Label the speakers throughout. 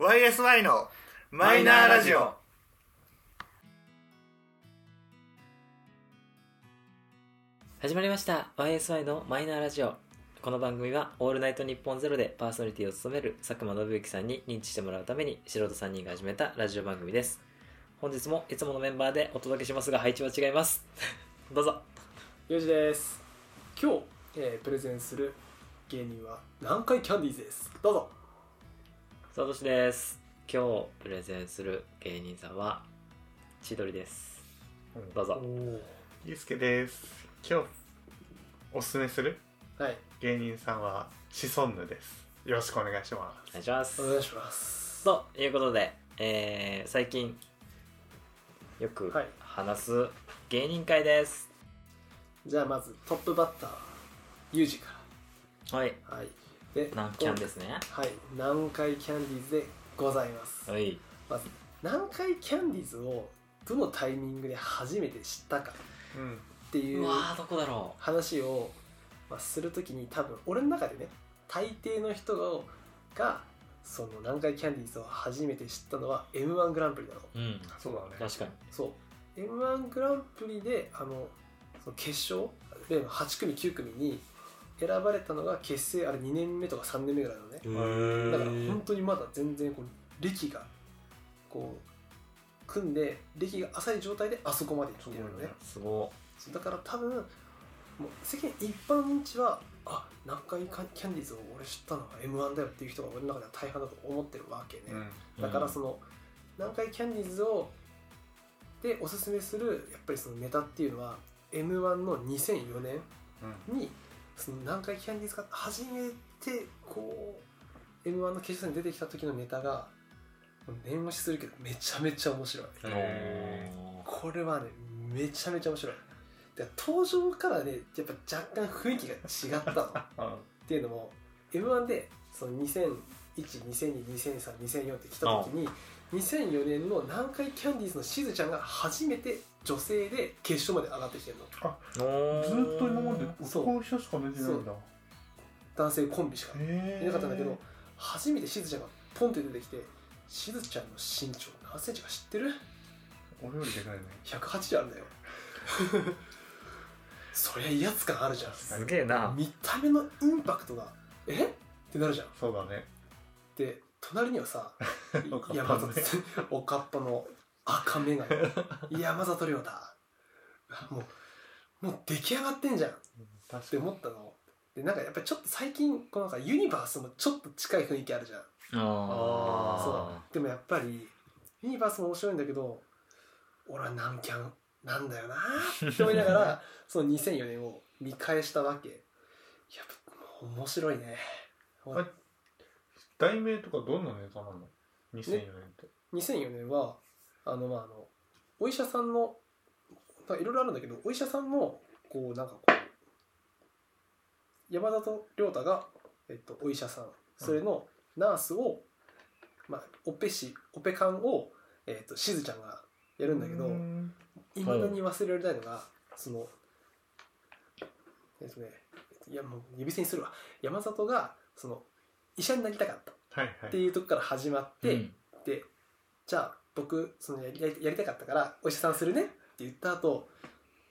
Speaker 1: YSY のマイナーラジオ。
Speaker 2: 始まりました YSY のマイナーラジオこの番組は「オールナイトニッポンゼロでパーソナリティを務める佐久間信之さんに認知してもらうために素人3人が始めたラジオ番組です本日もいつものメンバーでお届けしますが配置は違います どうぞ
Speaker 3: よじです今日、えープレゼンする芸人は南海キャンディーズですどうぞ
Speaker 2: 佐藤氏です今日プレゼンする芸人さんは千鳥ですどうぞ
Speaker 1: ゆうすけです。今日、おすすめする
Speaker 3: はい
Speaker 1: 芸人さんは、シソンヌです。よろしくお願いしま
Speaker 2: お願いします
Speaker 3: お願いします
Speaker 2: ということで、えー最近よく
Speaker 3: はい
Speaker 2: 話す芸人会です
Speaker 3: じゃあまずトップバッターユージか
Speaker 2: はい
Speaker 3: らはいで
Speaker 2: 南キャンですね
Speaker 3: はい南海キャンディーズでございます
Speaker 2: はい
Speaker 3: まず南海キャンディーズをどのタイミングで初めて知ったかっ
Speaker 1: す。うん。
Speaker 3: ていう
Speaker 2: うわーどこだろ
Speaker 3: 話を、まあ、するときに多分俺の中でね大抵の人ががその南海キャンディーズを初めて知ったのは m 1グランプリなの
Speaker 2: ううん
Speaker 1: そうだね。
Speaker 2: 確かに
Speaker 3: そう m 1グランプリであのその決勝例の8組9組に選ばれたのが結成あれ2年目とか3年目ぐらいなのね
Speaker 1: ー
Speaker 3: だから本当にまだ全然こう歴がこう組んで歴が浅い状態であそこまで来てるのね
Speaker 2: すご
Speaker 3: そうだから多分もう世間一般認知はあ南海キャンディーズを俺知ったのは m 1だよっていう人が俺の中では大半だと思ってるわけね、
Speaker 1: うん。
Speaker 2: い
Speaker 3: だからその南海キャンディーズをでおすすめするやっぱりそのネタっていうのは m 1の2004年
Speaker 1: うん。
Speaker 3: にその南海キャンディーズが初めてこう m 1の決勝に出てきた時のネタが念押しするけどめちゃめちゃ面白い。
Speaker 2: うん
Speaker 1: へ
Speaker 3: これはねめちゃめちゃ面白いで登場からねやっぱ若干雰囲気が違ったのっ
Speaker 1: あ
Speaker 3: ていうのも m 1でその2001200220032004って来た時に2004年の南海キャンディーズのしずちゃんが初めて女性で決勝まで上がってきてるの
Speaker 2: おー
Speaker 1: ずっと今まで
Speaker 3: そう
Speaker 1: 男の人しか出てないんだ。
Speaker 3: 男性コンビしか
Speaker 1: へ
Speaker 3: いなかったんだけど初めてしずちゃんがポンって出てきてしずちゃんの身長何センチか知ってる
Speaker 1: 俺よりでかいね。
Speaker 3: ?180 あるんだよ そりゃ威圧感あるじゃん
Speaker 2: すげえな
Speaker 3: 見た目のインパクトがえってなるじゃん
Speaker 1: そうだね。
Speaker 3: で隣にはさ
Speaker 1: おかっぱのね
Speaker 3: 山里おかっぱの赤眼鏡 山里亮太もうもう出来上がってんじゃんっ
Speaker 1: 確
Speaker 3: て思ったのでなんかやっぱりちょっと最近こうなんかユニバースもちょっと近い雰囲気あるじゃん
Speaker 2: あ
Speaker 3: そうでもやっぱりユニバースも面白いんだけど俺は南キャンなんだよなって思いながらその2004年を見返したわけやっぱ面白いね
Speaker 1: はい題名とかどんなネタなの ?2004 年って。
Speaker 3: 2004年はあのまああのお医者さんのなんかいろいろあるんだけどお医者さんのこうなんかこう山里亮太が、えっと、お医者さんそれのナースを、まあ、オペ師オペ看を、えっと、しずちゃんがやるんだけど
Speaker 1: うん
Speaker 3: いまだに忘れられないのがそのえっとねいやもう指線にするわ山里がその医者になりたかったっ
Speaker 1: はいは
Speaker 3: て
Speaker 1: い。
Speaker 3: いうとこから始まっ
Speaker 2: ー
Speaker 3: て、
Speaker 2: うん
Speaker 3: でじゃあ僕そのやりやりやりたかったからお医者さんするねって言った後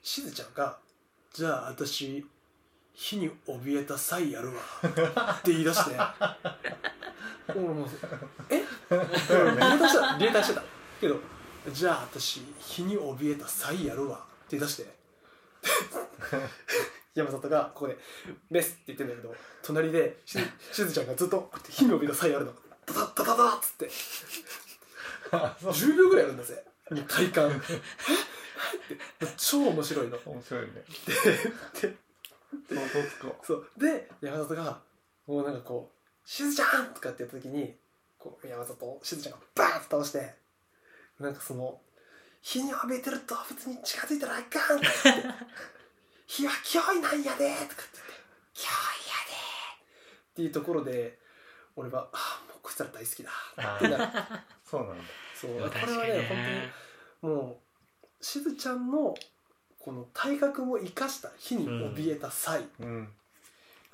Speaker 3: しずちゃんが「じゃあ私火に怯えた際やるわ」って言い出して俺もう「え俺冷凍してた冷凍してたけど「じゃあ私火に怯えた際やるわ」って言い出して 山里がここで「レス」って言ってんだけど隣でしずしずちゃんがずっとこうやって火に怯えた際やるのタタタタタっつって。
Speaker 1: そう
Speaker 3: 10秒ぐらいあるんだぜ体感ええって超面白いの
Speaker 1: 面白い ね。
Speaker 3: でで
Speaker 1: 相当つくわ。
Speaker 3: そうで山里がもうなんかこう「しずちゃん!」とかってやった時にこう山里をしずちゃんがバーンと倒してなんかその「火に浴びてる動物に近づいたらあかん!」って言って「火は脅威なんやで!」とかって言って「脅威やで!」っていうところで俺は「ああもうこいつら大好きだ」
Speaker 1: あ
Speaker 3: って
Speaker 1: ー
Speaker 3: なる
Speaker 1: そうなんだ。
Speaker 3: そう
Speaker 2: で
Speaker 3: こ
Speaker 2: も確
Speaker 3: れは
Speaker 2: かに
Speaker 3: ね
Speaker 2: ね
Speaker 3: 本当にもうしずちゃんのこの体格も生かした火に怯えた際、
Speaker 1: うん。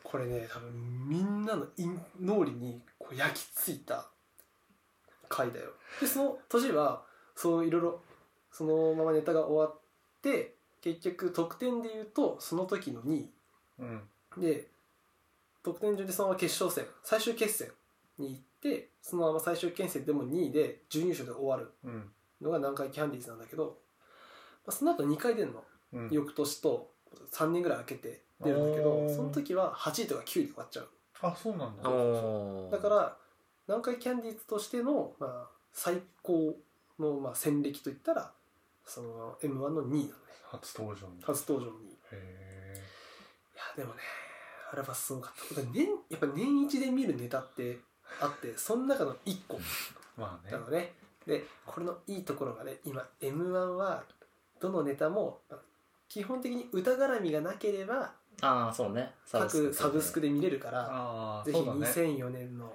Speaker 3: これね多分みんなの陰脳裏にこう焼き付いた回だよでその年はそういろいろそのままネタが終わって結局得点で言うとその時の2
Speaker 1: うん
Speaker 3: 位で得点順でそのまま決勝戦最終決戦に行ってそのまま最終決戦でも2位で準優勝で終わる
Speaker 1: うん
Speaker 3: のが南海キャンディーズなんだけど、まあ、その後2回出るの
Speaker 1: うん
Speaker 3: 翌年と3年ぐらい空けて出るんだけ
Speaker 1: お
Speaker 3: ど
Speaker 1: ー
Speaker 3: その時は8位とか9位で終わっちゃう
Speaker 1: あそうなんだ
Speaker 2: あー
Speaker 3: だから南海キャンディーズとしての、まあ、最高の、まあ、戦歴といったらその m 1の2位なのね
Speaker 1: 初登場だへ
Speaker 3: 初登場にい
Speaker 1: え
Speaker 3: やでもねあれはすごかった年やっぱ年一で見るネタってあってその中の1個
Speaker 1: まあね
Speaker 3: なのねでこれのいいところがね今 m 1はどのネタもまあ基本的に歌絡みがなければ
Speaker 2: ああそうね
Speaker 3: 各サブスク
Speaker 2: で
Speaker 3: で見れるから、
Speaker 1: ああ
Speaker 3: ぜひ
Speaker 1: そうだね
Speaker 3: 2004年の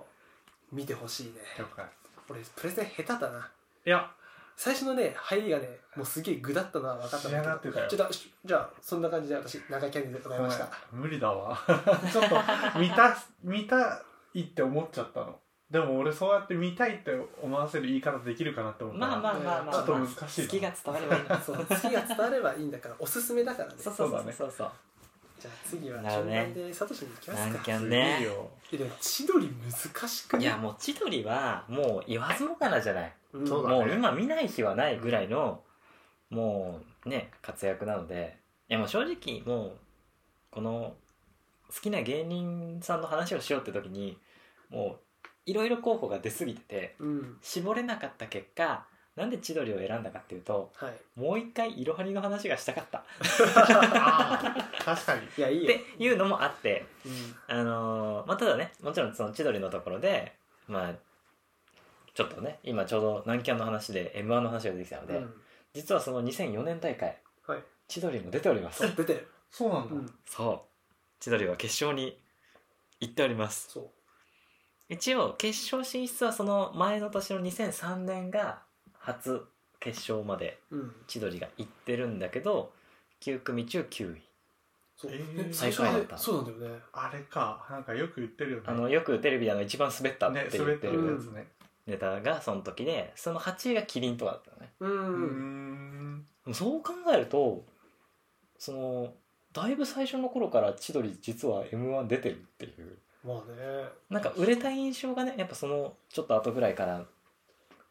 Speaker 3: 見てほしいね
Speaker 1: 了解
Speaker 3: 俺プレゼン下手だない
Speaker 1: や
Speaker 3: 最初のね入りがねもうすげえ具だったのは分かったんだ
Speaker 1: 仕上がってたよ
Speaker 3: ちょっとしじゃあそんな感じで私長いキャンディーでございました、
Speaker 1: ごめん無理だわ ちょっと見た見たいって思っちゃったのでも俺そうやって見たいって思わせる言い方できるかなって思ったら
Speaker 2: まあまあまあまあ、まあ、
Speaker 1: ちょっと難しいな
Speaker 2: 好きが伝わればいいな
Speaker 3: そう好きが伝わればいいんだからおすすめだからね
Speaker 2: そうそうそうそうそう
Speaker 3: じゃあ次は
Speaker 2: なるほ
Speaker 3: 順
Speaker 2: どね
Speaker 3: 番でサトシに行きます
Speaker 2: 南
Speaker 3: か
Speaker 2: キャン
Speaker 1: いい
Speaker 2: ね
Speaker 1: よ
Speaker 3: えでも千鳥難しくね
Speaker 2: いやもう千鳥はもう言わずもがなじゃない、
Speaker 3: うん
Speaker 1: そうだね
Speaker 2: もう今見ない日はないぐらいの、もうね活躍なのでいやもう正直もうこの好きな芸人さんの話をしようって時にもういろいろ候補が出過ぎてて
Speaker 3: うん
Speaker 2: 絞れなかった結果なんで千鳥を選んだかっていうと
Speaker 3: はい
Speaker 2: もう一回いろはりの話がしたかったっ
Speaker 1: あー確かに
Speaker 3: いやいいよ
Speaker 2: て、いうのもあって
Speaker 3: うん
Speaker 2: あのーまあただねもちろんその千鳥のところでまあちょっとね今ちょうど南キャンの話で m 1の話ができたので、
Speaker 3: うん
Speaker 2: 実はその2004年大会
Speaker 3: はい
Speaker 2: 千鳥も出ております
Speaker 3: そう出てる、
Speaker 1: そうなんだ、
Speaker 3: うん、
Speaker 2: そう千鳥は決勝に行っております
Speaker 3: そう
Speaker 2: 一応決勝進出はその前の年の2003年が初決勝まで
Speaker 3: うん、
Speaker 2: 千鳥が行ってるんだけど9組中9位
Speaker 3: そう、
Speaker 1: え
Speaker 3: え
Speaker 1: ー
Speaker 3: 最初
Speaker 2: 最下位だった
Speaker 3: あれそうなんだよね
Speaker 1: あれかなんかよく言ってるよね
Speaker 2: あのよくテレビであの一番滑ったっ
Speaker 1: ね
Speaker 2: て
Speaker 1: そ
Speaker 2: 言
Speaker 1: れ
Speaker 2: っ
Speaker 1: って
Speaker 2: て
Speaker 1: る
Speaker 2: る
Speaker 1: やつね
Speaker 2: ネタがその時でその8位がキリンとかだったのね
Speaker 3: う、
Speaker 1: うんん
Speaker 2: でもそう考えるとそのだいぶ最初の頃から千鳥実は m 1出てるっていう
Speaker 3: まあね
Speaker 2: なんか売れた印象がねやっぱそのちょっと後ぐらいから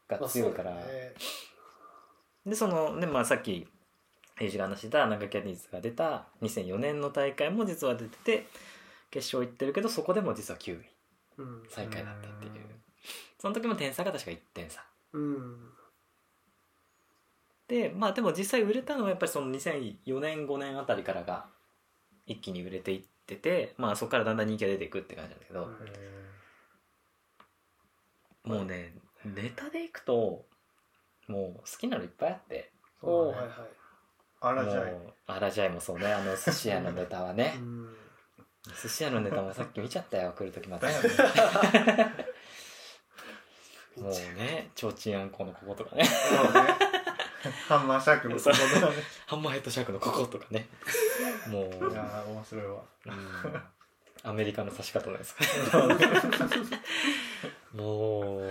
Speaker 2: が強いから、
Speaker 3: まあそうだね
Speaker 2: でそのねまあさっき英二が話してたなんかキャディーズが出た2004年の大会も実は出てて決勝行ってるけどそこでも実は9位
Speaker 3: うん
Speaker 2: 最下位だったっていう
Speaker 1: うん
Speaker 2: その時も点差が確か1点差
Speaker 3: うん
Speaker 2: でまあでも実際売れたのはやっぱりその2004年5年あたりからが一気に売れていっててまあそこからだんだん人気が出ていくって感じなんだけど、
Speaker 3: うん
Speaker 2: もうねネタでいくともう好きなのいっぱいあって
Speaker 1: そう
Speaker 3: おー
Speaker 1: だ
Speaker 3: はい
Speaker 1: ねあ
Speaker 3: は
Speaker 2: も
Speaker 1: らじゃいう
Speaker 2: アラジャイもそうね あの寿司屋のネタはいね
Speaker 3: うん
Speaker 2: 寿司屋のネタもさっき見ちゃったよ来る時また
Speaker 1: だよ
Speaker 2: も
Speaker 1: ね
Speaker 2: うねちょうちんあんこのこことかね
Speaker 1: そうね ハンマーシャークのそこだね
Speaker 2: ハンマーヘッドシャークのこことかねもう、
Speaker 1: いやー面白いわ
Speaker 2: うんアメリカの指し方の やつもう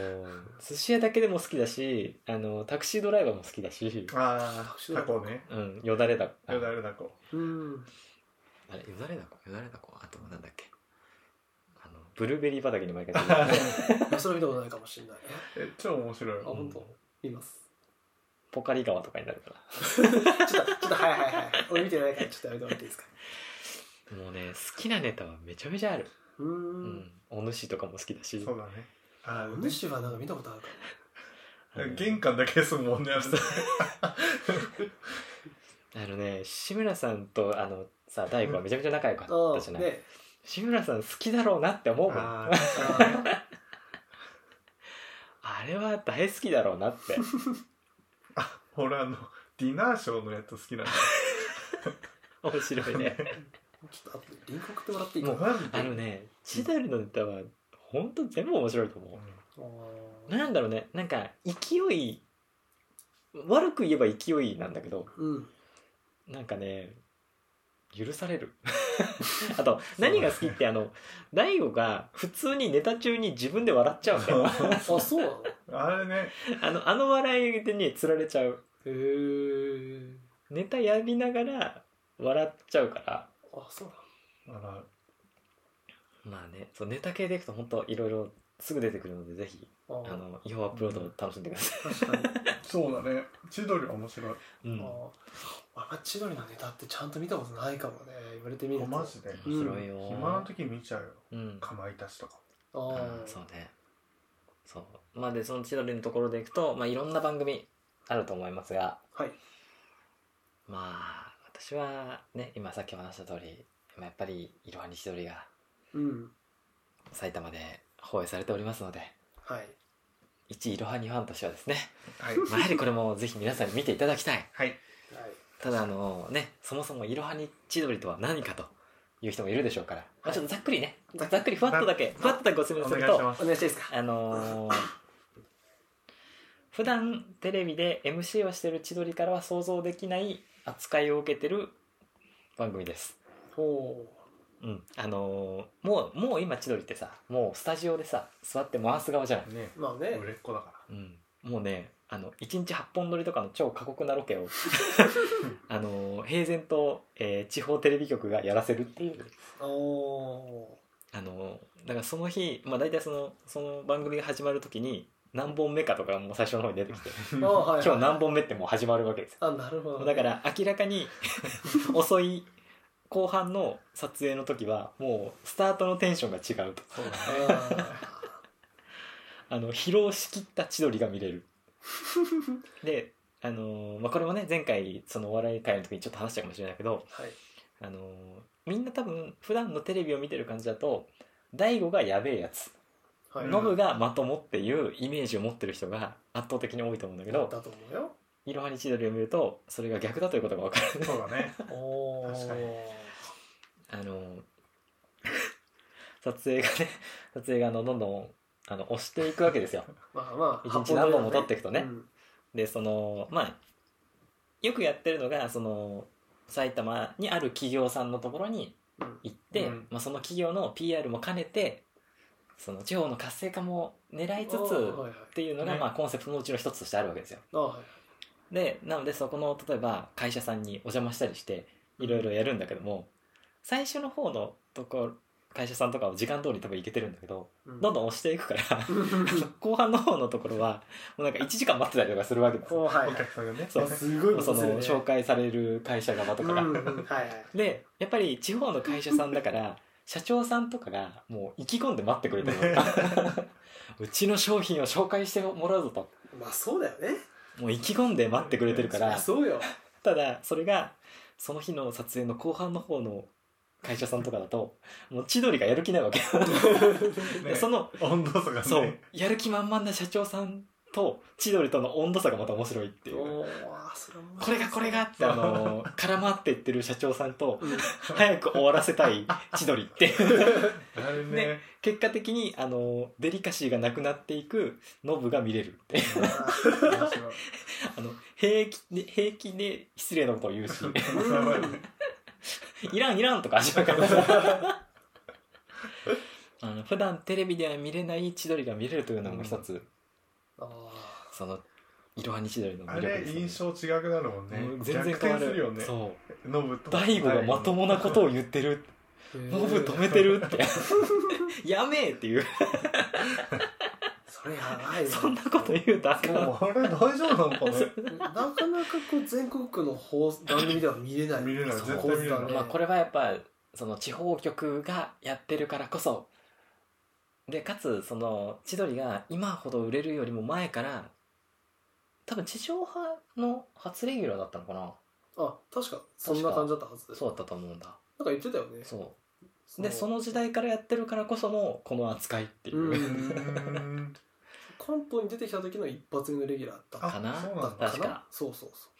Speaker 2: 寿司屋だけでも好きだしあのタクシードライバーも好きだし、
Speaker 1: あータコね
Speaker 2: うん、よだれだあ
Speaker 1: よだれタコ
Speaker 3: うん
Speaker 2: あれよだれだこよだれだこあとなんだっけあのブルーベリー畑に毎回 出てくる
Speaker 3: いやそれ見たことないかもしれない
Speaker 1: え超面白い
Speaker 3: あ本当見ます
Speaker 2: ポカリ川とかになるか
Speaker 3: ちょっとちょっとはいはいはい俺見てないからちょっとやめてもらっていいですから
Speaker 2: もうね好きなネタはめちゃめちゃある、
Speaker 3: う
Speaker 2: うん
Speaker 3: ん
Speaker 2: お主とかも好きだし
Speaker 1: そうだねあ
Speaker 3: お
Speaker 1: ーね
Speaker 3: 主はなんか見たことあるかも
Speaker 2: あの
Speaker 1: 玄関だけですもんねあれ
Speaker 2: あのね志村さんとあのさ大悟はめちゃめちゃ仲良か
Speaker 3: あ
Speaker 2: ったじ
Speaker 3: あ
Speaker 2: ゃない、
Speaker 3: ね
Speaker 2: 志村さん好きだろうなって思うもん
Speaker 1: あ
Speaker 2: あ
Speaker 1: ー
Speaker 2: れは大好きだろうなって
Speaker 1: 俺あのディナーショーのやつ好きなんだ
Speaker 2: 面白いね
Speaker 3: ちょっとあとリンク送ってもらっていいか
Speaker 1: もう
Speaker 3: な
Speaker 1: マジで
Speaker 2: あのね千鳥のネタは本当全部面白いと思う、
Speaker 3: あー
Speaker 2: なんだろうねなんか勢い悪く言えば勢いなんだけど
Speaker 3: うん
Speaker 2: なんかね許され るあと何が好きってあの大悟が普通にネタ中に自分で笑っちゃうんだよ
Speaker 3: あそうなの
Speaker 1: あれね
Speaker 2: あのあの笑いでねつられちゃう
Speaker 3: へえ
Speaker 2: ネタやりながら笑っちゃうから
Speaker 3: あそうなの
Speaker 1: あら
Speaker 2: まあねそうネタ系でいくと本当いろいろすぐ出てくるのでぜひ
Speaker 3: あ
Speaker 2: あの違法アップロードを楽しんでください、
Speaker 3: 確かに
Speaker 1: そうだね千鳥面白い
Speaker 2: うん、
Speaker 3: あああ千鳥のネタってちゃんと見たことないかもね言われてみる
Speaker 1: あ
Speaker 3: と
Speaker 1: マジで
Speaker 2: 面白いよ、
Speaker 1: 暇な時見ちゃうよ
Speaker 2: うん
Speaker 1: かまいたちとか
Speaker 3: あ
Speaker 2: あ
Speaker 3: ー
Speaker 2: ーそうねそうまあでその千鳥のところでいくと、まあ、いろんな番組あると思いますが
Speaker 3: はい
Speaker 2: まあ私はね今さっきお話した通りまあやっぱりいろはに千鳥が
Speaker 3: うん
Speaker 2: 埼玉で放映されておりますので
Speaker 3: はい
Speaker 2: 一いろはにファンとしてはですね、
Speaker 1: はい
Speaker 2: まあ、やはりこれもぜひ皆さんに見ていただきたい
Speaker 1: はい
Speaker 3: はい
Speaker 2: ただあのねそもそもいろはに千鳥とは何かという人もいるでしょうから、まあ、ちょっとざっくりねざっくりふわっとだけふわっとだけご説
Speaker 1: お
Speaker 2: 明
Speaker 1: 願
Speaker 2: す
Speaker 1: い
Speaker 2: る
Speaker 1: し
Speaker 2: と
Speaker 1: ます
Speaker 3: お願いしていいですか
Speaker 2: あのー、普段テレビで MC をしてる千鳥からは想像できない扱いを受けてる番組です。
Speaker 3: ほ
Speaker 2: うん、あのーもうもう今千鳥ってさもうスタジオでさ座って回す側じゃない、
Speaker 1: ね
Speaker 3: うまあね
Speaker 1: 売れっ子だか
Speaker 2: うん、もうねあの1日8本撮りとかの超過酷なロケ をあのー平然と、えー地方テレビ局がやらせるっていう
Speaker 3: おお
Speaker 2: あのだからその日、まあ、大体そのその番組が始まる時に何本目かとかがもう最初の方に出てきて
Speaker 3: ーあー
Speaker 1: ら
Speaker 3: はいはい
Speaker 2: 今日何本目ってもう始まるわけですよ
Speaker 3: あなるほど
Speaker 2: だから明らか に遅い後半の撮影の時はもうスタートのテンションが違うと
Speaker 1: そうだね
Speaker 3: あ
Speaker 2: あの疲労しきった千鳥が見れるであのーまあ、これもね前回そのお笑い会の時にちょっと話したかもしれないけど、
Speaker 3: ーはい
Speaker 2: あのーみんな多分普段のテレビを見てる感じだと大悟がやべえやつ
Speaker 3: はい
Speaker 1: うん
Speaker 2: ノブがまともっていうイメージを持ってる人が圧倒的に多いと思うんだけど
Speaker 3: だと思うよ
Speaker 2: いろはに千鳥を見るとそれが逆だということが分か る
Speaker 1: そうだね
Speaker 3: おお
Speaker 1: 確かに
Speaker 2: あの 撮影がね撮影があのどんどんあの押していくわけですよ
Speaker 3: まあまあ
Speaker 2: 一日何本も撮っていくとね
Speaker 3: うん
Speaker 2: でそのまあよくやってるのがその埼玉にある企業さんのところに
Speaker 3: うん
Speaker 2: 行って、
Speaker 1: うん
Speaker 2: まあ、その企業の PR も兼ねてその地方の活性化も狙いつ
Speaker 3: あ
Speaker 2: つ
Speaker 3: ーはいはい
Speaker 2: っていうのが、
Speaker 1: ね
Speaker 2: まあ、コンセプトのうちの一つとしてあるわけですよ
Speaker 3: あーはい
Speaker 2: でなのでそこの例えば会社さんにお邪魔したりしていろいろやるんだけども最初の方のとこ会社さんとかを時間通り多分行けてるんだけど
Speaker 3: うん
Speaker 2: どんどん押していくから
Speaker 3: うん
Speaker 2: 後半の方のところはもうなんか1時間待ってたりとかするわけですよ
Speaker 3: おーは
Speaker 1: お
Speaker 3: いはい
Speaker 1: 客さんがね
Speaker 2: そ う
Speaker 3: すごい
Speaker 2: そ
Speaker 3: ことする
Speaker 2: の
Speaker 3: ね
Speaker 2: 紹介される会社側とかが。
Speaker 3: うんうんはいはい
Speaker 2: でやっぱり地方の会社さんだから社長さんとかがもう意気込んで待ってくれてる うちの商品を紹介してもらうぞと
Speaker 3: まあそうだよね
Speaker 2: もう意気込んで待ってくれてるか
Speaker 3: そりゃ
Speaker 2: ら
Speaker 3: そうよ
Speaker 2: ただそれがその日の撮影の後半の方の会社さんとかだともう千鳥がやる気ないわけ、
Speaker 1: ね
Speaker 2: その
Speaker 1: 温度差がね
Speaker 2: そうやる気満々な社長さんと千鳥との温度差がまた面白いっていう
Speaker 3: おーそれは面白い
Speaker 2: これがこれがってあの絡まっていってる社長さんと
Speaker 3: うん
Speaker 2: 早く終わらせたい千鳥っていう
Speaker 1: あれね
Speaker 2: ね結果的にあのデリカシーがなくなっていくノブが見れるって
Speaker 1: 面白い
Speaker 2: あの平気で平気で失礼なことを言うし
Speaker 1: やばいね
Speaker 2: いらんいらんとか味わからさ あの普段テレビでは見れない千鳥が見れるというのも一つ、
Speaker 3: ああ
Speaker 2: そのいろはに千鳥の
Speaker 1: あ
Speaker 2: 魅力
Speaker 1: れ
Speaker 2: ですよね
Speaker 1: 印象違くなるもんね
Speaker 2: も
Speaker 1: 全
Speaker 2: う全
Speaker 1: 然
Speaker 2: 然変
Speaker 1: 変
Speaker 2: わ
Speaker 1: わ
Speaker 2: る
Speaker 1: るするよね
Speaker 2: そ
Speaker 1: ノブと
Speaker 2: う大悟がまともなことを言ってるノブ止めてるって やめえっていう
Speaker 3: それやばいね
Speaker 2: そんなこと言うとあかん
Speaker 1: もうあれ大丈夫なのか ね
Speaker 3: なかなかこう全国区の放送番組では見れない
Speaker 1: 見れない
Speaker 3: そう
Speaker 1: 絶対見れない
Speaker 3: 放送だね
Speaker 2: まあこれはやっぱその地方局がやってるからこそでかつその千鳥が今ほど売れるよりも前から多分地上波の初レギュラーだったのかな
Speaker 3: あ確かそんな感じだったはず
Speaker 2: そうだったと思うんだ
Speaker 3: なんか言ってたよね
Speaker 2: そうでその時代からやってるからこそのこの扱いっていう、
Speaker 3: う
Speaker 1: うんーん
Speaker 3: 関東に出てきた時の一発目のレギュラーだった
Speaker 1: あ
Speaker 2: かな
Speaker 1: そう
Speaker 3: だ
Speaker 1: な
Speaker 3: っ
Speaker 1: ん
Speaker 3: た
Speaker 1: だ
Speaker 2: 確
Speaker 3: か
Speaker 2: か
Speaker 3: なそうそうそ
Speaker 2: っ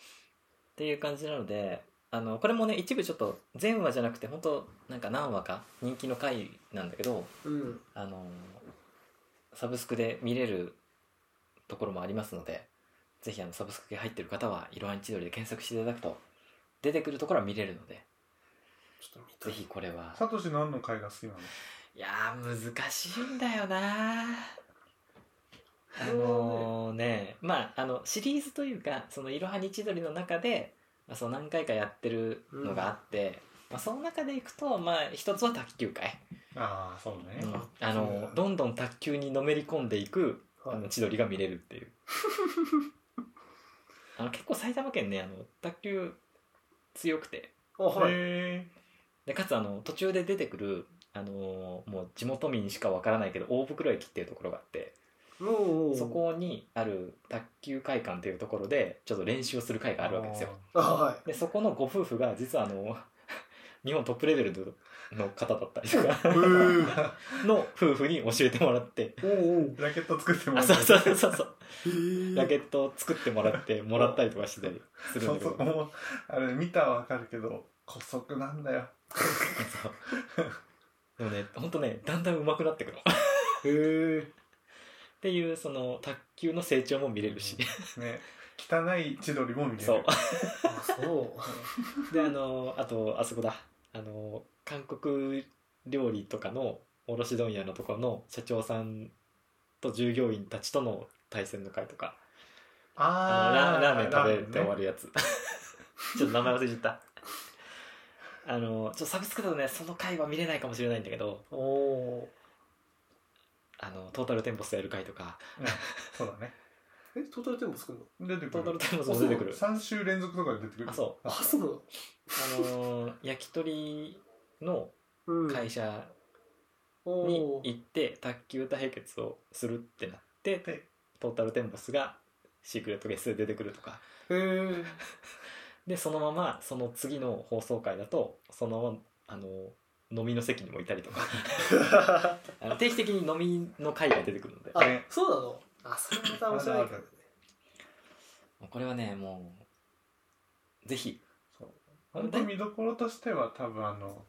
Speaker 2: ていう感じなのであのこれもね一部ちょっと全話じゃなくて本当なんか何話か人気の回なんだけど
Speaker 3: ううん
Speaker 2: あのサブスクで見れるところもありますのでぜひあのサブスク系入ってる方は「色あに千鳥」で検索していただくと出てくるところは見れるので
Speaker 3: ちょっと見た
Speaker 2: ぜ
Speaker 3: い
Speaker 2: ひこれは
Speaker 1: サトシ何の回が好きなの
Speaker 2: いやー難しいんだよなあのーねまああのシリーズというか「そのいろはにちどり」の中で、まあ、そう何回かやってるのがあって、まあ、その中でいくと、まあ、一つは卓球界、
Speaker 1: ああそうね、
Speaker 2: うん
Speaker 3: あ
Speaker 2: あのーどんどん卓球にのめり込んでいくあ
Speaker 3: はい
Speaker 2: の千鳥が見れるって いうあの結構埼玉県ねあの卓球強くて
Speaker 3: あはい
Speaker 1: へ
Speaker 2: でかつあの途中で出てくるあのーもう地元民しかわからないけど大袋駅っていうところがあって
Speaker 3: もう
Speaker 2: そこにある卓球会館っていうところでちょっと練習をする会
Speaker 1: え
Speaker 2: があるわけですよ
Speaker 3: あはい
Speaker 2: でそこのご夫婦が実はあの 日本トップレベルの方だったりと かの夫婦に教えてもらって
Speaker 3: おうおう
Speaker 1: ラケット作っても
Speaker 2: あ
Speaker 1: ら
Speaker 2: そうそうそうそうそう
Speaker 3: へえ
Speaker 2: ラケットを作ってもらってもらったりとかしてたりするん
Speaker 1: そ
Speaker 2: だ
Speaker 1: うそ
Speaker 2: けど
Speaker 1: うもうあれ見たはわかるけど古速なんだよ
Speaker 2: そうでもねほんとねだんだん上手くなってくるっ
Speaker 3: へえ
Speaker 2: ていうその卓球の成長も見れるし
Speaker 1: ね汚い千鳥も見れる
Speaker 2: そう
Speaker 3: あそう
Speaker 2: であのあとあそこだあの韓国料理とかの卸問屋のところの社長さんと従業員たちとの対戦の会とかあの
Speaker 1: あ
Speaker 2: ララーメン食べて終わ
Speaker 1: り
Speaker 2: るやつ、 ちょっと名前忘れちゃったあのちょっとサブスクだとねその回は見れないかもしれないんだけど
Speaker 3: お お
Speaker 2: あのトータルテンポスやる回とか
Speaker 1: そうだね
Speaker 3: えトータルテンポ作るの
Speaker 1: 出てく
Speaker 2: トータ
Speaker 1: る
Speaker 2: ルテンポスも出てくる
Speaker 1: 3週連続とかで出てくる
Speaker 2: あそう
Speaker 3: あそうなの
Speaker 2: あの焼き鳥の
Speaker 3: うん
Speaker 2: 会社
Speaker 3: お
Speaker 2: に
Speaker 3: お
Speaker 2: 行って卓球対決をするってなって
Speaker 1: で
Speaker 2: トータルテンボスがシークレットゲストで出てくるとか
Speaker 3: へえ
Speaker 2: でそのままその次の放送回だとそのままあの飲みの席にもいたりとかあの定期的に飲みの回が出てくるので
Speaker 3: あそうなのあそれまた面白いけどね
Speaker 2: これはねもうぜひ
Speaker 1: そう本当見どころとしては多分あの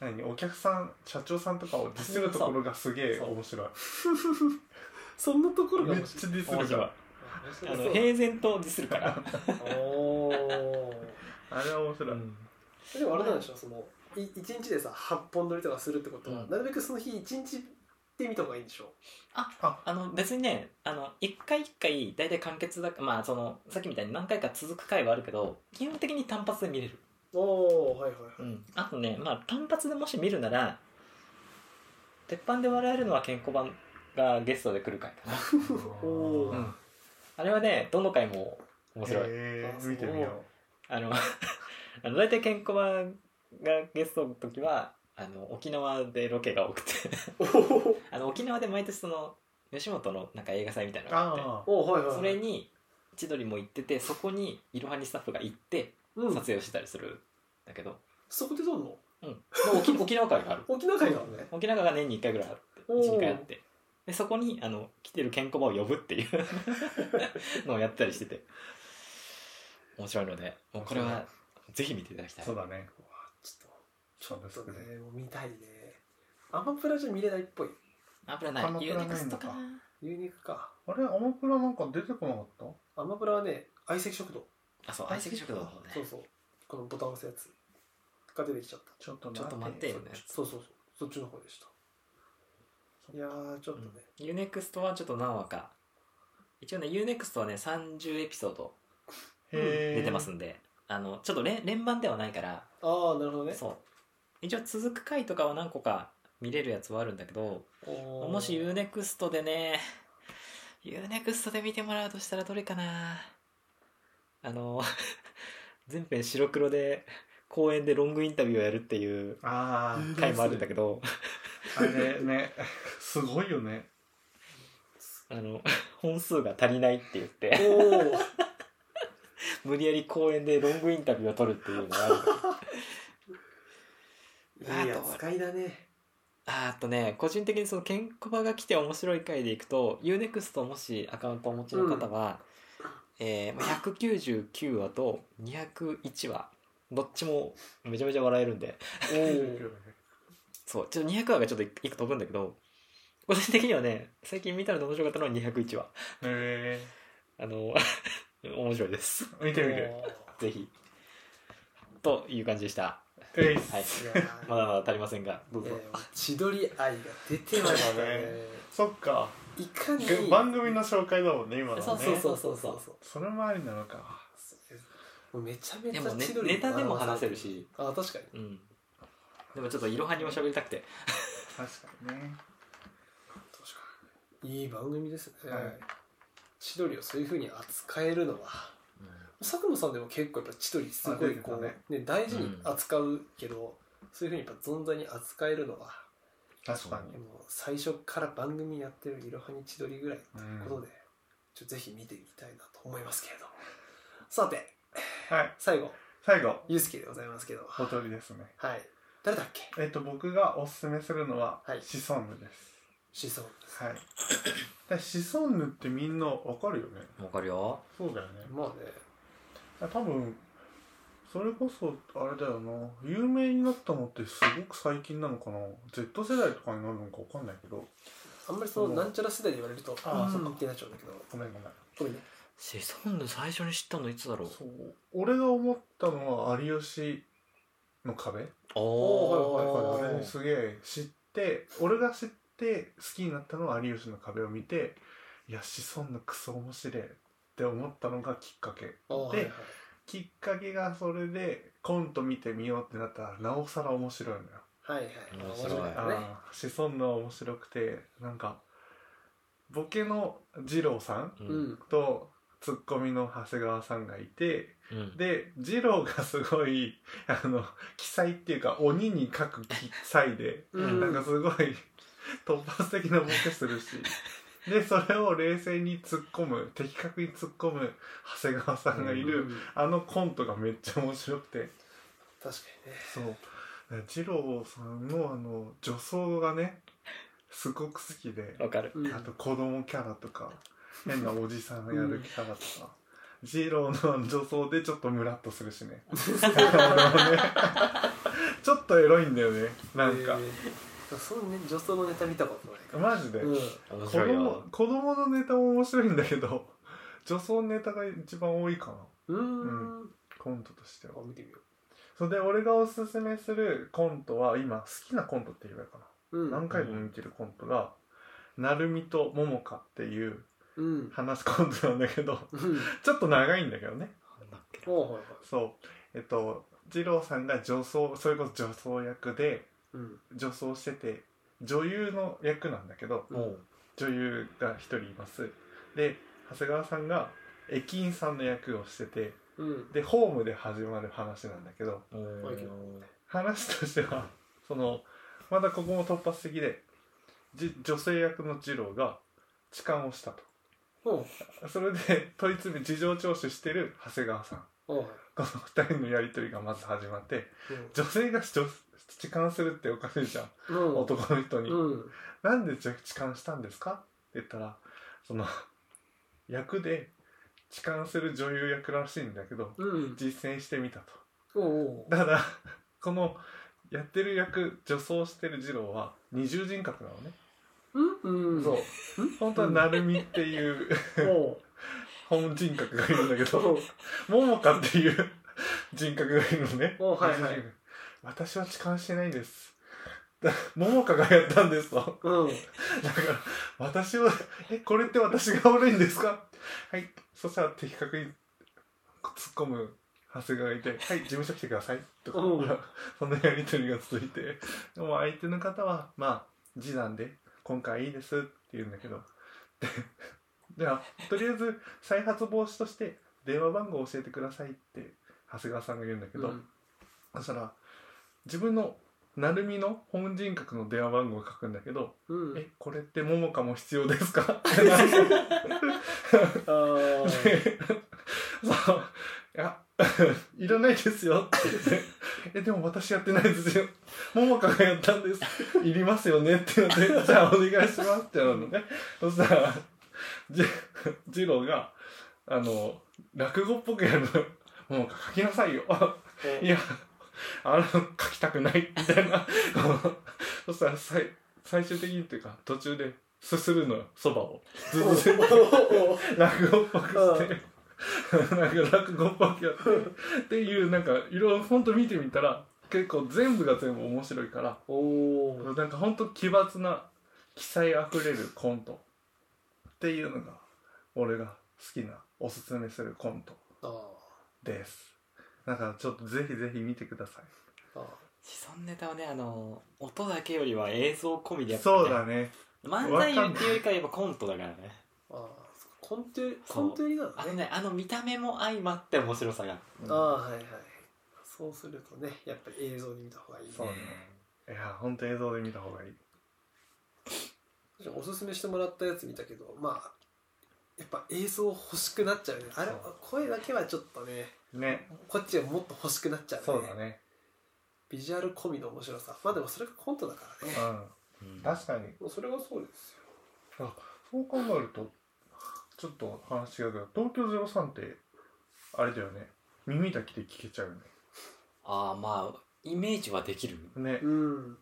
Speaker 1: 何お客さん社長さんとかをディスるところがすげえ面白い
Speaker 3: そんなところが
Speaker 1: めっ
Speaker 3: 面
Speaker 1: ち
Speaker 3: 白
Speaker 1: ゃ
Speaker 3: い
Speaker 1: ディス
Speaker 2: 面
Speaker 1: るか
Speaker 2: 白い
Speaker 1: ら
Speaker 2: あ
Speaker 3: あ
Speaker 2: の
Speaker 3: の
Speaker 2: 平然とディスるから、
Speaker 3: おお
Speaker 1: あれは面白い、
Speaker 2: うん
Speaker 3: でもあれなんでしょそのい一日でさ八本撮りとかするってことは、
Speaker 2: うん
Speaker 3: なるべくその日一日で見た方がいいんでしょ
Speaker 2: あの別にねあの一回一回大体完結だまあそのさっきみたいに何回か続く回はあるけど基本的に単発で見れる
Speaker 3: おおはいはいはい、
Speaker 2: うん、あとね、まあ、単発でもし見るなら鉄板で笑えるのは健康版がゲストで来る回か
Speaker 3: お
Speaker 2: な、う
Speaker 3: ー
Speaker 2: ん、あれはねどの回も面白い、
Speaker 1: へえ
Speaker 3: あそう
Speaker 1: 見てみよ
Speaker 2: あのあの大体健康版がゲストの時はあの沖縄でロケが多くて
Speaker 3: おー
Speaker 2: あの沖縄で毎年その吉本のなんか映画祭みたいな
Speaker 1: う
Speaker 2: のがあって
Speaker 1: ああ
Speaker 3: おーはいはいはい
Speaker 2: それに千鳥も行っててそこにいろはにスタッフが行って
Speaker 3: うん
Speaker 2: 撮影をしてたりするんだけど、
Speaker 3: そこで撮るの
Speaker 2: うん、で沖沖縄会がある
Speaker 3: 沖縄会なのね
Speaker 2: 沖縄が年に1回ぐらいあって
Speaker 3: おー
Speaker 2: 12回あってでそこにあの来てる健康場を呼ぶっていうのをやったりしてて面白いのでもうこれはぜひ見ていただきたい
Speaker 1: そうだね
Speaker 3: うわちょっ
Speaker 1: そうで
Speaker 3: とちょ
Speaker 1: す
Speaker 3: っと
Speaker 1: ね
Speaker 3: ねもう見たいねアマプラじゃ見れないっぽい
Speaker 2: 油な
Speaker 1: あんま
Speaker 2: い
Speaker 1: り
Speaker 2: ユ
Speaker 1: 油
Speaker 2: ー
Speaker 1: ない
Speaker 2: ネクスト
Speaker 1: のか
Speaker 2: かな
Speaker 3: 牛肉か
Speaker 1: あれアマプラなんか出てこなかった
Speaker 3: アマプラはね相席食堂
Speaker 2: あそう相席食堂の方ね
Speaker 3: そうそうこのボタン押すやつが出てきちゃった
Speaker 1: ちょっと
Speaker 2: ちょっと待ってよね
Speaker 3: そうそうそうそっちの方でしたいやーちょっとね、
Speaker 2: ユーネクストはちょっと何話か一応ねユーネクストはね30エピソード
Speaker 1: へえ
Speaker 2: 出てますんで、あのちょっと連連番ではないから
Speaker 3: ああなるほどね
Speaker 2: そう一応続く回とかは何個か見れるやつはあるんだけど
Speaker 3: おー
Speaker 2: もし UNEXT でね UNEXT で見てもらうとしたらどれかなあの 全編白黒で公園でロングインタビューをやるっていう
Speaker 1: あ
Speaker 2: 回もあるんだけど
Speaker 1: ああれね すごいよね
Speaker 2: あの本数が足りないって言って
Speaker 3: おお
Speaker 2: 無理やり公園でロングインタビューを撮るっていうのがあるんだけど
Speaker 3: いいや使いだね
Speaker 2: ああとね個人的にそのケンコバが来て面白い回でいくと UNEXT もしアカウントをお持ちの方は、えーまあ199話と201話どっちもめちゃめちゃ笑えるんで
Speaker 3: おお
Speaker 2: そう、ちょっと200話がちょっと一個飛ぶんだけど、個人的にはね、最近見たので面白かったのは201話。
Speaker 1: へ
Speaker 2: あの、 面白いです。
Speaker 1: え見てみる
Speaker 2: ぜひ。という感じでした。
Speaker 1: えいっす
Speaker 2: はい
Speaker 3: いや
Speaker 2: まだまだ足りませんがどう
Speaker 3: ー、
Speaker 2: ぞ、
Speaker 3: えー千鳥愛が出てました
Speaker 1: そうだ
Speaker 3: ね
Speaker 1: ねそっか
Speaker 3: いか に
Speaker 1: ぐ番組の紹介だもんね今のはね
Speaker 2: そうそうそうそうそう
Speaker 1: それもありなのか
Speaker 3: もうめちゃめち
Speaker 2: で
Speaker 3: ゃ
Speaker 2: も、ね
Speaker 3: 千、鳥
Speaker 2: ネタでも話せるし
Speaker 3: あ確かに
Speaker 2: うんでもちょっといろはにも喋りたくて
Speaker 1: 確かにね
Speaker 3: 確かにいい番組ですね、
Speaker 1: はい
Speaker 3: 千鳥をそういうふうに扱えるのは佐久間さんでも結構やっぱ千鳥すごいこ
Speaker 1: あ
Speaker 3: う、
Speaker 1: 出て
Speaker 3: ね大事に扱うけど、そういうふうにやっぱ存在に扱えるのは
Speaker 1: 確か
Speaker 3: もう最初から番組やってるいろはに千鳥ぐらい
Speaker 1: に、う
Speaker 3: こ
Speaker 1: ん
Speaker 3: とで、ちょっとぜひ見てみたいなと思いますけれどもさて
Speaker 1: はい
Speaker 3: 最後
Speaker 1: 最後
Speaker 3: ゆうすけでございますけど
Speaker 1: おとりですね
Speaker 3: はい誰だっけ
Speaker 1: えっと僕がおすすめするのは、
Speaker 3: はい
Speaker 1: シソンヌです
Speaker 3: シソン
Speaker 1: はい でシソンヌってみんなわかるよね
Speaker 2: わかるよ
Speaker 1: そうだよね
Speaker 3: まあね
Speaker 1: 多分それこそあれだよな有名になったのってすごく最近なのかな Z 世代とかになるのかわかんないけど
Speaker 3: あんまりそのなんちゃら世代で言われると
Speaker 1: あ
Speaker 3: あ
Speaker 1: ー
Speaker 3: あそ
Speaker 1: そうう
Speaker 3: か
Speaker 1: か
Speaker 3: ってなっちゃうんだけど
Speaker 1: ごめんごめん
Speaker 3: ごめんね
Speaker 2: シソンヌ最初に知ったのいつだろう
Speaker 1: そう俺が思ったのは有吉の壁
Speaker 3: おー
Speaker 1: あれすげえ知って俺が知って好きになったのは有吉の壁を見ていやシソンヌクソ面白いって思ったのがきっかけ
Speaker 3: あーはい
Speaker 1: で
Speaker 3: はい
Speaker 1: きっかけがそれでコント見てみようってなったらなおさら面白いのよ
Speaker 3: はいはい
Speaker 2: 面白い
Speaker 3: 面
Speaker 1: あ
Speaker 3: ね
Speaker 1: ーシソンヌは面白くてなんかボケの二郎さん
Speaker 2: う
Speaker 3: うんん
Speaker 1: とツッコミの長谷川さんがいて
Speaker 2: うん
Speaker 1: で二郎がすごいあの奇才っていうか鬼に書く奇才で、
Speaker 3: うん
Speaker 1: なんかすごい 突発的なボケするしでそれを冷静に突っ込む的確に突っ込む長谷川さんがいる、
Speaker 3: うん
Speaker 1: あのコントがめっちゃ面白くて
Speaker 3: 確かにね
Speaker 1: そう二郎さんのあの女装がねすごく好きで
Speaker 2: わかる
Speaker 3: うん
Speaker 1: あと子供キャラとか変なおじさんがやるキャラとか二郎の女装でちょっとムラっとするし ね俺はねちょっとエロいんだよねなんか
Speaker 3: えーそのね女装のネタ見たことないか
Speaker 1: マジで
Speaker 3: らうん
Speaker 2: 面
Speaker 1: 子
Speaker 2: 白い
Speaker 1: 供
Speaker 2: よ
Speaker 1: 子供のネタも面白いんだけど 女装ネタが一番多いかな
Speaker 3: うーん
Speaker 1: コントとしては
Speaker 3: あ見てみよ
Speaker 1: それで俺がおすすめするコントは今好きなコントって言えばいいかな
Speaker 3: ううん
Speaker 1: 何回も見てるコントが「なるみとももか」っていう
Speaker 3: うん
Speaker 1: 話コントなんだけど
Speaker 3: うん
Speaker 1: ちょっと長いんだけどね
Speaker 2: なんだっけ
Speaker 3: おうはいはい
Speaker 1: そうえっと二郎さんが女装それこそ女装役で
Speaker 3: うん
Speaker 1: 女装してて女優の役なんだけど
Speaker 3: うん
Speaker 2: おう
Speaker 1: 女優が一人いますで長谷川さんが駅員さんの役をしてて
Speaker 3: うん
Speaker 1: でホームで始まる話なんだけど
Speaker 2: おう
Speaker 3: マイケル
Speaker 1: 話としては そのまだここも突発的でじ女性役の二郎が痴漢をしたと
Speaker 3: おう
Speaker 1: それで問い詰め事情聴取してる長谷川さん
Speaker 3: おう
Speaker 1: この二人のやり取りがまず始まって女性が女痴漢するっておかしいじゃん
Speaker 3: うん
Speaker 1: 男の人に、
Speaker 3: うん
Speaker 1: なんでじゃ痴漢したんですか?」って言ったらその役で痴漢する女優役らしいんだけど
Speaker 3: うん
Speaker 1: 実践してみたと
Speaker 3: おうおう
Speaker 1: ただこのやってる役女装してる二郎は二重人格なのね、
Speaker 3: うんうん
Speaker 1: そう
Speaker 3: うん
Speaker 1: 本当は成美っていう
Speaker 3: おう
Speaker 1: 本人格がいるんだけ
Speaker 3: お
Speaker 1: ど
Speaker 3: う
Speaker 1: 桃香っていう人格がいるのね
Speaker 3: おはいは
Speaker 1: 二重人
Speaker 3: い
Speaker 1: 格私は痴漢してないんですだ桃香がやったんですと
Speaker 3: うん
Speaker 1: だから私はえこれって私が悪いんですかはいそしたら的確に突っ込む長谷川がいて「はい事務所来てください」とか
Speaker 3: うん
Speaker 1: そのやり取りが続いてでも相手の方はまあ次男で「今回いいです」って言うんだけどでじゃあとりあえず再発防止として電話番号教えてくださいって長谷川さんが言うんだけど、
Speaker 3: うん
Speaker 1: そしたら自分の成美の本人格の電話番号を書くんだけど
Speaker 3: うん
Speaker 1: えこれって桃花も必要ですか
Speaker 3: あー
Speaker 1: そういや いらないですよ って言ってえでも私やってないですよ桃花がやったんですいりますよねって言ってじゃあお願いしますってなるのねそしたらじ次郎があの落語っぽくやる桃花書きなさいよいや、あの、書きたくない、みたいな。そしたら、最、最終的にっていうか、途中で、すするのよ、そばを。ずっとずっと
Speaker 3: おう
Speaker 1: 落語っぽくして。なんか落語っぽくやって。っていう、なんか、いろいろ、ほんと見てみたら、結構全部が全部面白いから
Speaker 3: おおー
Speaker 1: なんかほんと奇抜な奇才あふれるコントっていうのが俺が好きなおすすめするコント
Speaker 3: あ
Speaker 1: ですだからちょっとぜひぜひ見てください
Speaker 3: ーあ
Speaker 2: 既存ネタはねあの音だけよりは映像込みでやっぱ、ね、
Speaker 1: そうだね
Speaker 2: 漫才っていうよりかはやっぱコントだからね
Speaker 3: ーあーコンテ
Speaker 2: そ
Speaker 3: コ
Speaker 2: う
Speaker 3: ンテリな
Speaker 2: あ
Speaker 3: の
Speaker 2: の
Speaker 3: ね
Speaker 2: ねあの見た目も相まって面白さが
Speaker 3: ああーはいはいそうするとねやっぱり映像に見た方がいいね
Speaker 1: そうねいやほんと映像で見た方がいい
Speaker 3: おすすめしてもらったやつ見たけどまあやっぱ映像欲しくなっちゃうねあれ
Speaker 1: そう
Speaker 3: 声だけはちょっとね
Speaker 1: ね
Speaker 3: こっちがもっと欲しくなっちゃうね
Speaker 1: そうだね
Speaker 3: ビジュアル込みの面白さまあでもそれがコントだからね
Speaker 1: うん確かに
Speaker 3: もうそれがそうですよ
Speaker 1: そう考えるとちょっと話違うけど東京03ってあれだよね耳だけで聞けちゃうよ
Speaker 2: ああまあイメージはできる
Speaker 1: ねね
Speaker 3: うん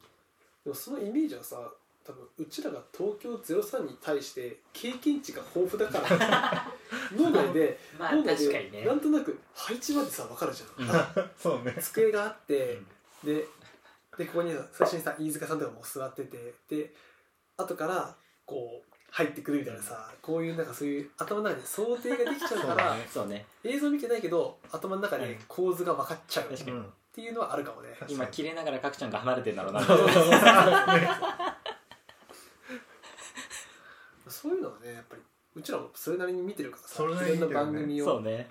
Speaker 3: でもそのイメージはさ多分うちらが東京03に対して経験値が豊富だから 脳内で
Speaker 2: ま
Speaker 3: 脳内でなんとなく配置までさ分かるじゃん、
Speaker 1: そうね
Speaker 3: 机があって、ででここに最初にさ飯塚さんとかも座っててで後からこう入ってくるみたいなさこういうなんかそういう頭の中で想定ができちゃう
Speaker 1: そ
Speaker 3: か
Speaker 1: うだ
Speaker 3: ら
Speaker 1: ね
Speaker 2: そうね
Speaker 3: 映像見てないけど頭の中で構図が分かっちゃうっ
Speaker 2: 確かに
Speaker 1: うん
Speaker 3: ていうのはあるかもね
Speaker 1: 確か
Speaker 2: 今
Speaker 1: に
Speaker 2: 切れながら角ちゃんが離れてんだろうな
Speaker 1: そうそうそう
Speaker 3: そういうのはねやっぱりうちらもそれなりに見てるからさ
Speaker 1: それなり
Speaker 3: い
Speaker 1: に
Speaker 3: ろ
Speaker 1: 見
Speaker 3: ん
Speaker 1: て
Speaker 3: な
Speaker 1: るよね
Speaker 3: 番組
Speaker 2: そう
Speaker 3: を、
Speaker 2: ね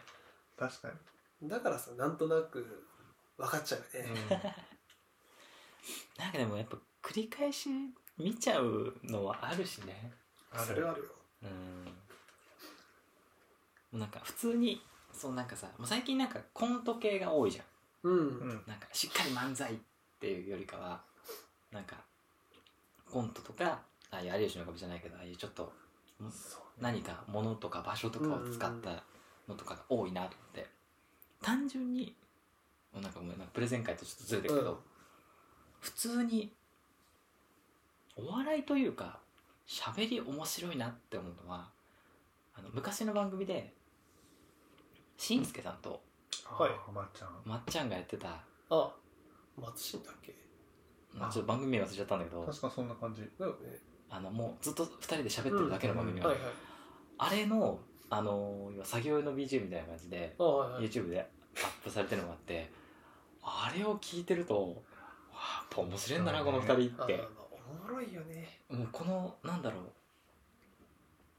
Speaker 1: 確か に
Speaker 3: だからさなんとなく分かっちゃうよね、
Speaker 2: なんかでもやっぱ繰り返し見ちゃうのはあるしね
Speaker 1: ある
Speaker 3: それはあるよ
Speaker 2: うんなんか普通にそうなんかさもう最近なんかコント系が多いじゃん
Speaker 3: うん、
Speaker 1: うん
Speaker 2: なんかしっかり漫才っていうよりかはなんかコントとかああいう有吉の壁じゃないけどああいうちょっとん何か物とか場所とかを使ったのとかが多いなと思って単純にもうなんかごめんなんかプレゼン会とちょっとずれてるけど、
Speaker 3: うん
Speaker 2: 普通にお笑いというか喋り面白いなって思うのはあの昔の番組でしんすけさんと
Speaker 3: はい
Speaker 1: あーまっちゃん
Speaker 2: まっちゃんがやってた
Speaker 3: あ松新だっけ
Speaker 2: まあ
Speaker 1: あ
Speaker 2: ちょっと番組名忘れちゃったんだけど
Speaker 1: 確かそんな感じ
Speaker 3: だよね
Speaker 2: あのもうずっと2人で喋ってるだけの番組
Speaker 1: う
Speaker 2: な
Speaker 1: や
Speaker 2: の
Speaker 3: はいはい
Speaker 2: あれの、あのー今作業用の BGM みたいな感じで
Speaker 3: あはいはい
Speaker 2: YouTube でアップされてるのがあってあれを聞いてるとわあやっぱ面白いんだなこの2人
Speaker 3: あ
Speaker 2: っ
Speaker 3: ー
Speaker 2: て
Speaker 3: まあおもろいよね
Speaker 2: もうこのなんだろ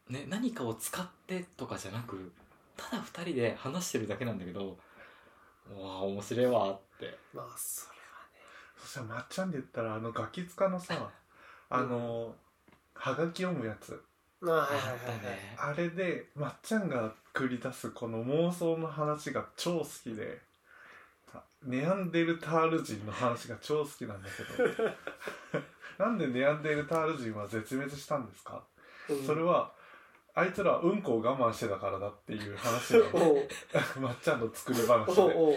Speaker 2: う、ね、何かを使ってとかじゃなくただ2人で話してるだけなんだけどうわあ面白いわって
Speaker 3: まあそれ
Speaker 1: そしたらまっちゃんで言ったらあのガキ使のさあのはがき読むやつ
Speaker 3: はね
Speaker 2: あ
Speaker 3: あはいはい
Speaker 2: った
Speaker 3: はいはい
Speaker 2: ね
Speaker 1: あれでまっちゃんが繰り出すこの妄想の話が超好きでネアンデルタール人の話が超好きなんだけど なんでネアンデルタール人は絶滅したんですか、
Speaker 3: うん
Speaker 1: それはあいつらはうんこを我慢してたからだっていう話な
Speaker 3: お
Speaker 1: の
Speaker 3: う
Speaker 1: まっちゃんの作り
Speaker 3: お
Speaker 1: 話
Speaker 3: う
Speaker 1: で
Speaker 3: おう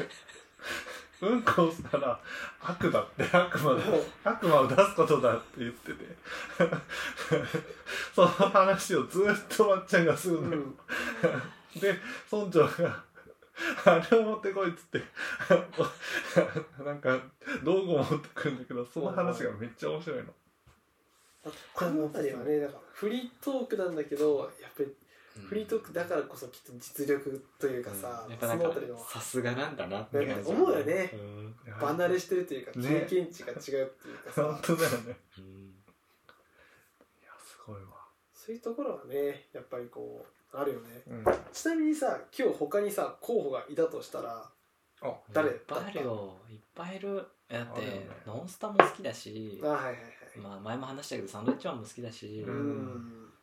Speaker 1: うんこをしたら悪だって悪魔だって悪魔を出すことだって言ってて その話をずっとまっちゃんがする
Speaker 3: う
Speaker 1: のよ、
Speaker 3: ん
Speaker 1: で村長が「あれを持ってこい」っつって なんか道具を持ってくるんだけどその話がめっちゃ面白いの
Speaker 3: この辺りはねだからフリートークなんだけどやっぱり
Speaker 2: うん
Speaker 3: フリートークだからこそきっと実力というかさ、
Speaker 2: うんやっぱな
Speaker 3: そ
Speaker 2: ん
Speaker 3: の
Speaker 2: か
Speaker 3: 辺りの
Speaker 2: さすがなんだなって感じ
Speaker 3: 思うよね
Speaker 2: うん
Speaker 3: 離れしてるというか経
Speaker 1: ね
Speaker 3: 験値が違うっていうかさ、
Speaker 1: 本当だよね
Speaker 2: うん
Speaker 1: いやすごいわ
Speaker 3: そういうところはねやっぱりこうあるよね
Speaker 1: うん
Speaker 3: ちなみにさ今日他にさ候補がいたとしたら
Speaker 1: あ
Speaker 3: 誰
Speaker 2: いっぱいあるよいっぱいいるだっ
Speaker 1: あるよ
Speaker 2: て
Speaker 1: ね
Speaker 2: 「ノンスタ」も好きだし
Speaker 3: あはいはいはい
Speaker 2: まあ、前も話したけどサンドウィッチマンも好きだし、
Speaker 1: う
Speaker 3: うんん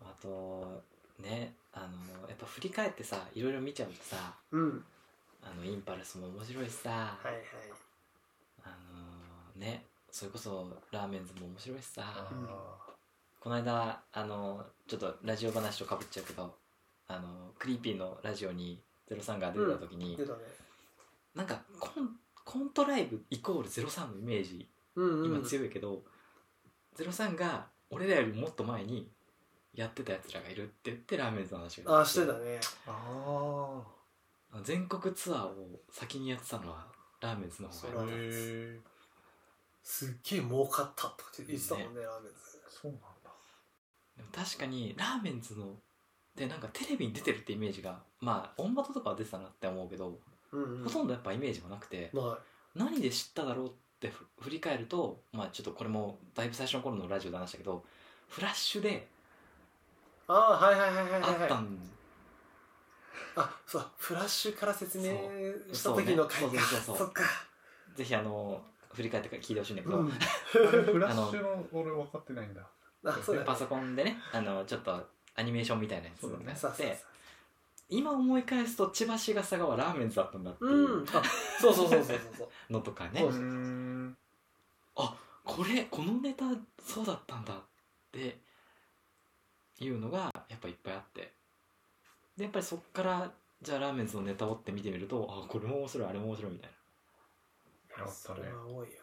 Speaker 2: あとねあのやっぱ振り返ってさいろいろ見ちゃうとさ
Speaker 3: うん
Speaker 2: あのインパルスも面白いしさ、
Speaker 3: はいはい
Speaker 2: あのねそれこそラーメンズも面白いしさ
Speaker 1: あ
Speaker 2: この間あのちょっとラジオ話とかぶっちゃうけどあのクリーピーのラジオに「03」が出た時に、
Speaker 3: 出たね
Speaker 2: なんかコンコントライブイコール03のイメージ
Speaker 3: うんうん
Speaker 2: 今強いけど、03が俺らよりもっと前にやってたやつらがいるって言ってラーメンズの話が
Speaker 3: あしてたね
Speaker 1: あー
Speaker 2: 全国ツアーを先にやってたのはラーメンズの方が
Speaker 3: そうなんです
Speaker 1: へえ
Speaker 3: すっげえ儲かったとかって言ってたもんねラーメンズ
Speaker 1: そうなんだ
Speaker 2: でも確かにラーメンズのでなんかテレビに出てるってイメージがまあオンバトとかは出てたなって思うけど、
Speaker 3: うん、うん、
Speaker 2: ほとんどやっぱイメージはなくて、
Speaker 3: な
Speaker 2: 何で知っただろうってふ振り返るとまあちょっとこれもだいぶ最初の頃のラジオで話したけどフラッシュで
Speaker 3: いああはいはいはいはいはい
Speaker 2: あった
Speaker 3: あ
Speaker 2: ん
Speaker 3: そうフラッシュから説明
Speaker 2: そう
Speaker 3: した時の回
Speaker 2: そうね
Speaker 3: か
Speaker 2: そうそうそう
Speaker 3: そっか
Speaker 2: ぜひあの振り返ってから聞いてほしいんだけど、
Speaker 3: うん
Speaker 1: あれフラッシュの俺分かってないんだ
Speaker 3: あそうだ
Speaker 2: パソコンでねあのちょっとアニメーションみたいなやつ
Speaker 1: そ
Speaker 2: を
Speaker 1: うだ
Speaker 2: ね
Speaker 1: ね
Speaker 3: そうそう
Speaker 2: で今思い返すと千葉市ヶ佐川ラーメンズだったんだってい
Speaker 3: そうう
Speaker 2: うん
Speaker 3: あそうそう そうそうそうそう
Speaker 2: のとかね、
Speaker 3: そうう
Speaker 1: ーん
Speaker 2: これこのネタそうだったんだっていうのがやっぱいっぱいあってでやっぱりそっからじゃあラーメンズのネタを追って見てみるとあこれも面白いあれも面白いみたい
Speaker 1: やった
Speaker 3: そ
Speaker 1: ね
Speaker 3: れは多いよ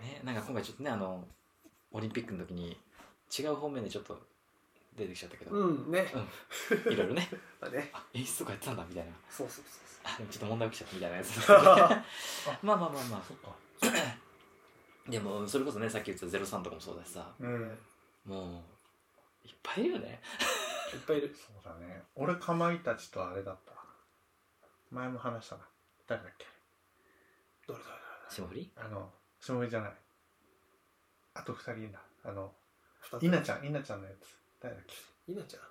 Speaker 3: ね
Speaker 2: なねなんか今回ちょっとねあのオリンピックの時に違う方面でちょっと出てきちゃったけど、
Speaker 3: うんね
Speaker 2: いろいろね
Speaker 3: まあね
Speaker 2: あ演出とかやってたんだみたいな
Speaker 3: そうそうそ
Speaker 2: あでもちょっと問題起きちゃったみたいな やつ
Speaker 3: うそう
Speaker 2: まあまあまあま
Speaker 1: そっか
Speaker 2: あでもそれこそねさっき言ってた03とかもそうだしさ
Speaker 1: うん
Speaker 2: もういっぱいいるよね
Speaker 3: いっぱいいる
Speaker 1: そうだね俺かまいたちとあれだった前も話したな誰だっけ
Speaker 3: どれどれどれ
Speaker 2: 霜降り
Speaker 1: あの下りじゃないあと二人いるなあの
Speaker 3: 二つ
Speaker 1: 稲ちゃん稲ちゃんのやつ誰だっけ
Speaker 3: いなちゃん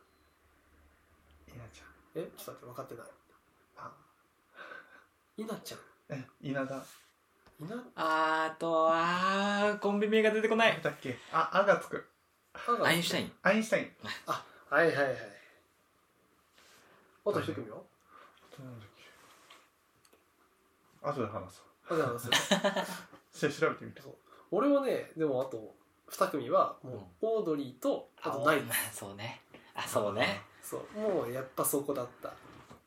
Speaker 1: 稲ちゃん
Speaker 3: えちょっと待って分かってない
Speaker 1: あ
Speaker 3: いなちゃん
Speaker 1: え稲田
Speaker 3: いな
Speaker 2: あとはコンビ名が出てこな
Speaker 1: 誰
Speaker 2: い
Speaker 1: だっけああがつく
Speaker 3: あ
Speaker 2: アインシュタイン
Speaker 1: アインシュタイン
Speaker 3: あはいはいはいあと一組よ
Speaker 1: あとなんだっけあとで話す
Speaker 3: あとなんですよ
Speaker 1: じゃあ調べてみる
Speaker 3: 俺はねでもあと2組はもうオードリーとあとナイツ
Speaker 2: そうねあそうね
Speaker 3: そうもうやっぱそこだった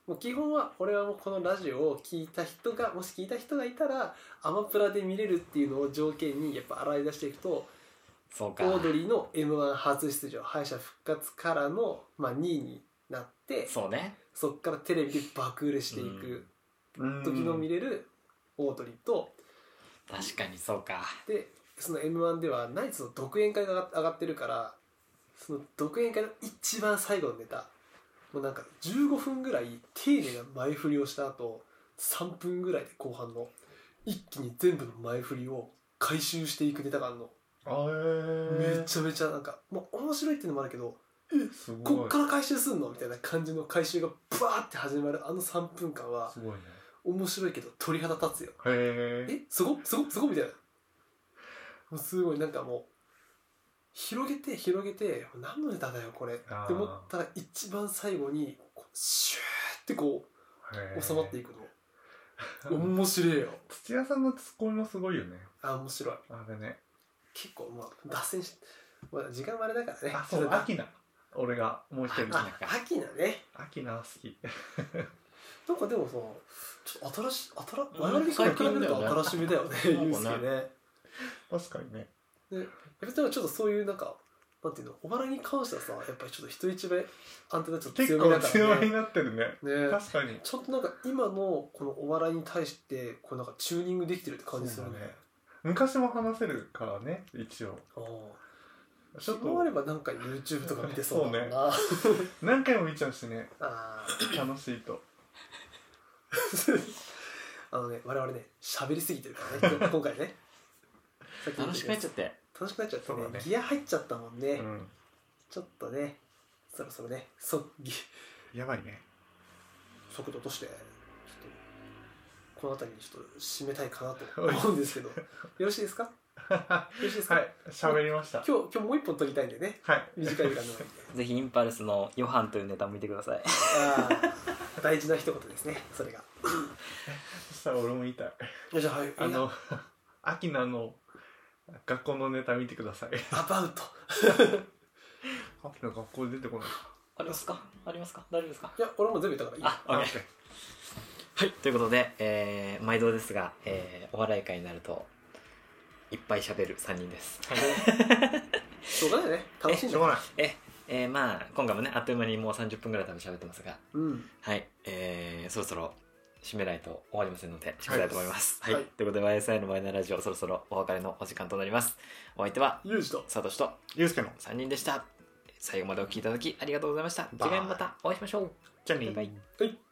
Speaker 3: もう基本は俺はもうこのラジオを聞いた人がもし聞いた人がいたらアマプラで見れるっていうのを条件にやっぱ洗い出していくと
Speaker 2: そう
Speaker 3: オ
Speaker 2: か
Speaker 3: ードリーの m 1初出場敗者復活からの、まあ、2位になって
Speaker 2: そうね
Speaker 3: そっからテレビで爆売れしていく時の見
Speaker 1: れ
Speaker 3: れるオードリーと
Speaker 2: 確かにそうか
Speaker 3: でその m 1ではナイツの独演会が上がってるからその独演会の一番最後のネタもうなんか15分ぐらい丁寧な前振りをした後3分ぐらいで後半の一気に全部の前振りを回収していくネタがあるの、
Speaker 1: あえー、
Speaker 3: めちゃめちゃなんかもう面白いっていうのもあるけど
Speaker 1: すごい
Speaker 3: こっから回収すんのみたいな感じの回収がバーって始まるあの3分間は
Speaker 1: すごいね
Speaker 3: 面白いけど鳥肌立つよ
Speaker 1: へえ
Speaker 3: えすごすごすごみたいなもうすごいなんかもう広げて広げて何のネタだよこれって
Speaker 1: あー
Speaker 3: 思ったら一番最後にこうシューってこう収まっていく の面白いよ
Speaker 1: 土屋さんのツッコミもすごいよね
Speaker 3: あ面白い
Speaker 1: あれね
Speaker 3: 結構まあ脱線し、まあ、時間もあれだからね
Speaker 1: あそう
Speaker 3: あ
Speaker 1: アキナ俺がもう一人
Speaker 2: あ
Speaker 3: あ秋なね
Speaker 1: アキナ好き
Speaker 3: なんかでもさちょっと新しい
Speaker 2: うん
Speaker 3: 新我々に比べると新しめだよね
Speaker 2: 最近だよね
Speaker 3: ユう
Speaker 1: 確
Speaker 3: スケね
Speaker 1: かにね
Speaker 3: やっぱりちょっとそういうなんかなんていうのお笑いに関してはさやっぱりちょっと人一倍アンテナちょっと
Speaker 1: 結
Speaker 3: 強め
Speaker 1: 構
Speaker 3: だから
Speaker 1: 強
Speaker 3: ね
Speaker 1: めになってるね
Speaker 3: ね
Speaker 1: 確かに
Speaker 3: ちょっとなんか今のこのお笑いに対してこうなんかチューニングできてるって感じするね
Speaker 1: そうだね昔も話せるからね一応
Speaker 3: ああ
Speaker 1: ちょっ
Speaker 3: 暇あ
Speaker 1: と
Speaker 3: ればなんか YouTube とか見てそうだもんな
Speaker 1: 何回も見ちゃうしね
Speaker 3: あ
Speaker 1: 楽しいと
Speaker 3: ーあのね我々ね喋りすぎてるからね今回ねさっきも言
Speaker 2: 楽
Speaker 3: ったけ
Speaker 2: しく
Speaker 3: ど
Speaker 2: なっちゃって
Speaker 3: 楽しくなっちゃったね
Speaker 1: そうだね
Speaker 3: ギア入っちゃったもんね、
Speaker 1: うん
Speaker 3: ちょっとねそろそろねそぎ
Speaker 1: やばいね
Speaker 3: 速度としてちょっとこの辺りにちょっと締めたいか なと思うんですけどよろしいですかよ
Speaker 1: は
Speaker 3: ろしいです
Speaker 1: い
Speaker 3: か、
Speaker 1: 喋りました
Speaker 3: 今日今日もう一本撮りたいんでね
Speaker 1: はい
Speaker 3: 短い時間なので
Speaker 2: ぜひインパルスのヨハンというネタを見てください
Speaker 3: あー大事な一言ですねそれが
Speaker 1: そしたら俺も言いたい
Speaker 3: じゃあはい
Speaker 1: あのアキナの学校のネタ見てください
Speaker 3: アバウト
Speaker 1: アキナ学校出てこない
Speaker 2: ありますかありますか大丈夫ですか
Speaker 3: いや俺もう全部言ったからいい
Speaker 2: あ、オッケーはい、ということで、えー毎度ですが、えーお笑い会になるといっぱい喋る3人です
Speaker 3: しょうがないよね楽しん
Speaker 1: し
Speaker 3: で
Speaker 1: ょうがない
Speaker 2: え、えーまあ今回もねあっという間にもう30分ぐらい多分喋ってますが
Speaker 3: うん
Speaker 2: はい、えーそろそろ締めないと終わりませんので締めたいと思います。は、
Speaker 3: はいい
Speaker 2: ということで YSI のマイナーラジオそろそろお別れのお時間となります。お相手は
Speaker 3: ユージと
Speaker 2: サトシと
Speaker 1: ゆうすけの
Speaker 2: 3人でした。最後までお聞きいただきありがとうございました。次回もまたお会いしましょう。
Speaker 1: じゃあね
Speaker 2: バイバイ。
Speaker 3: はい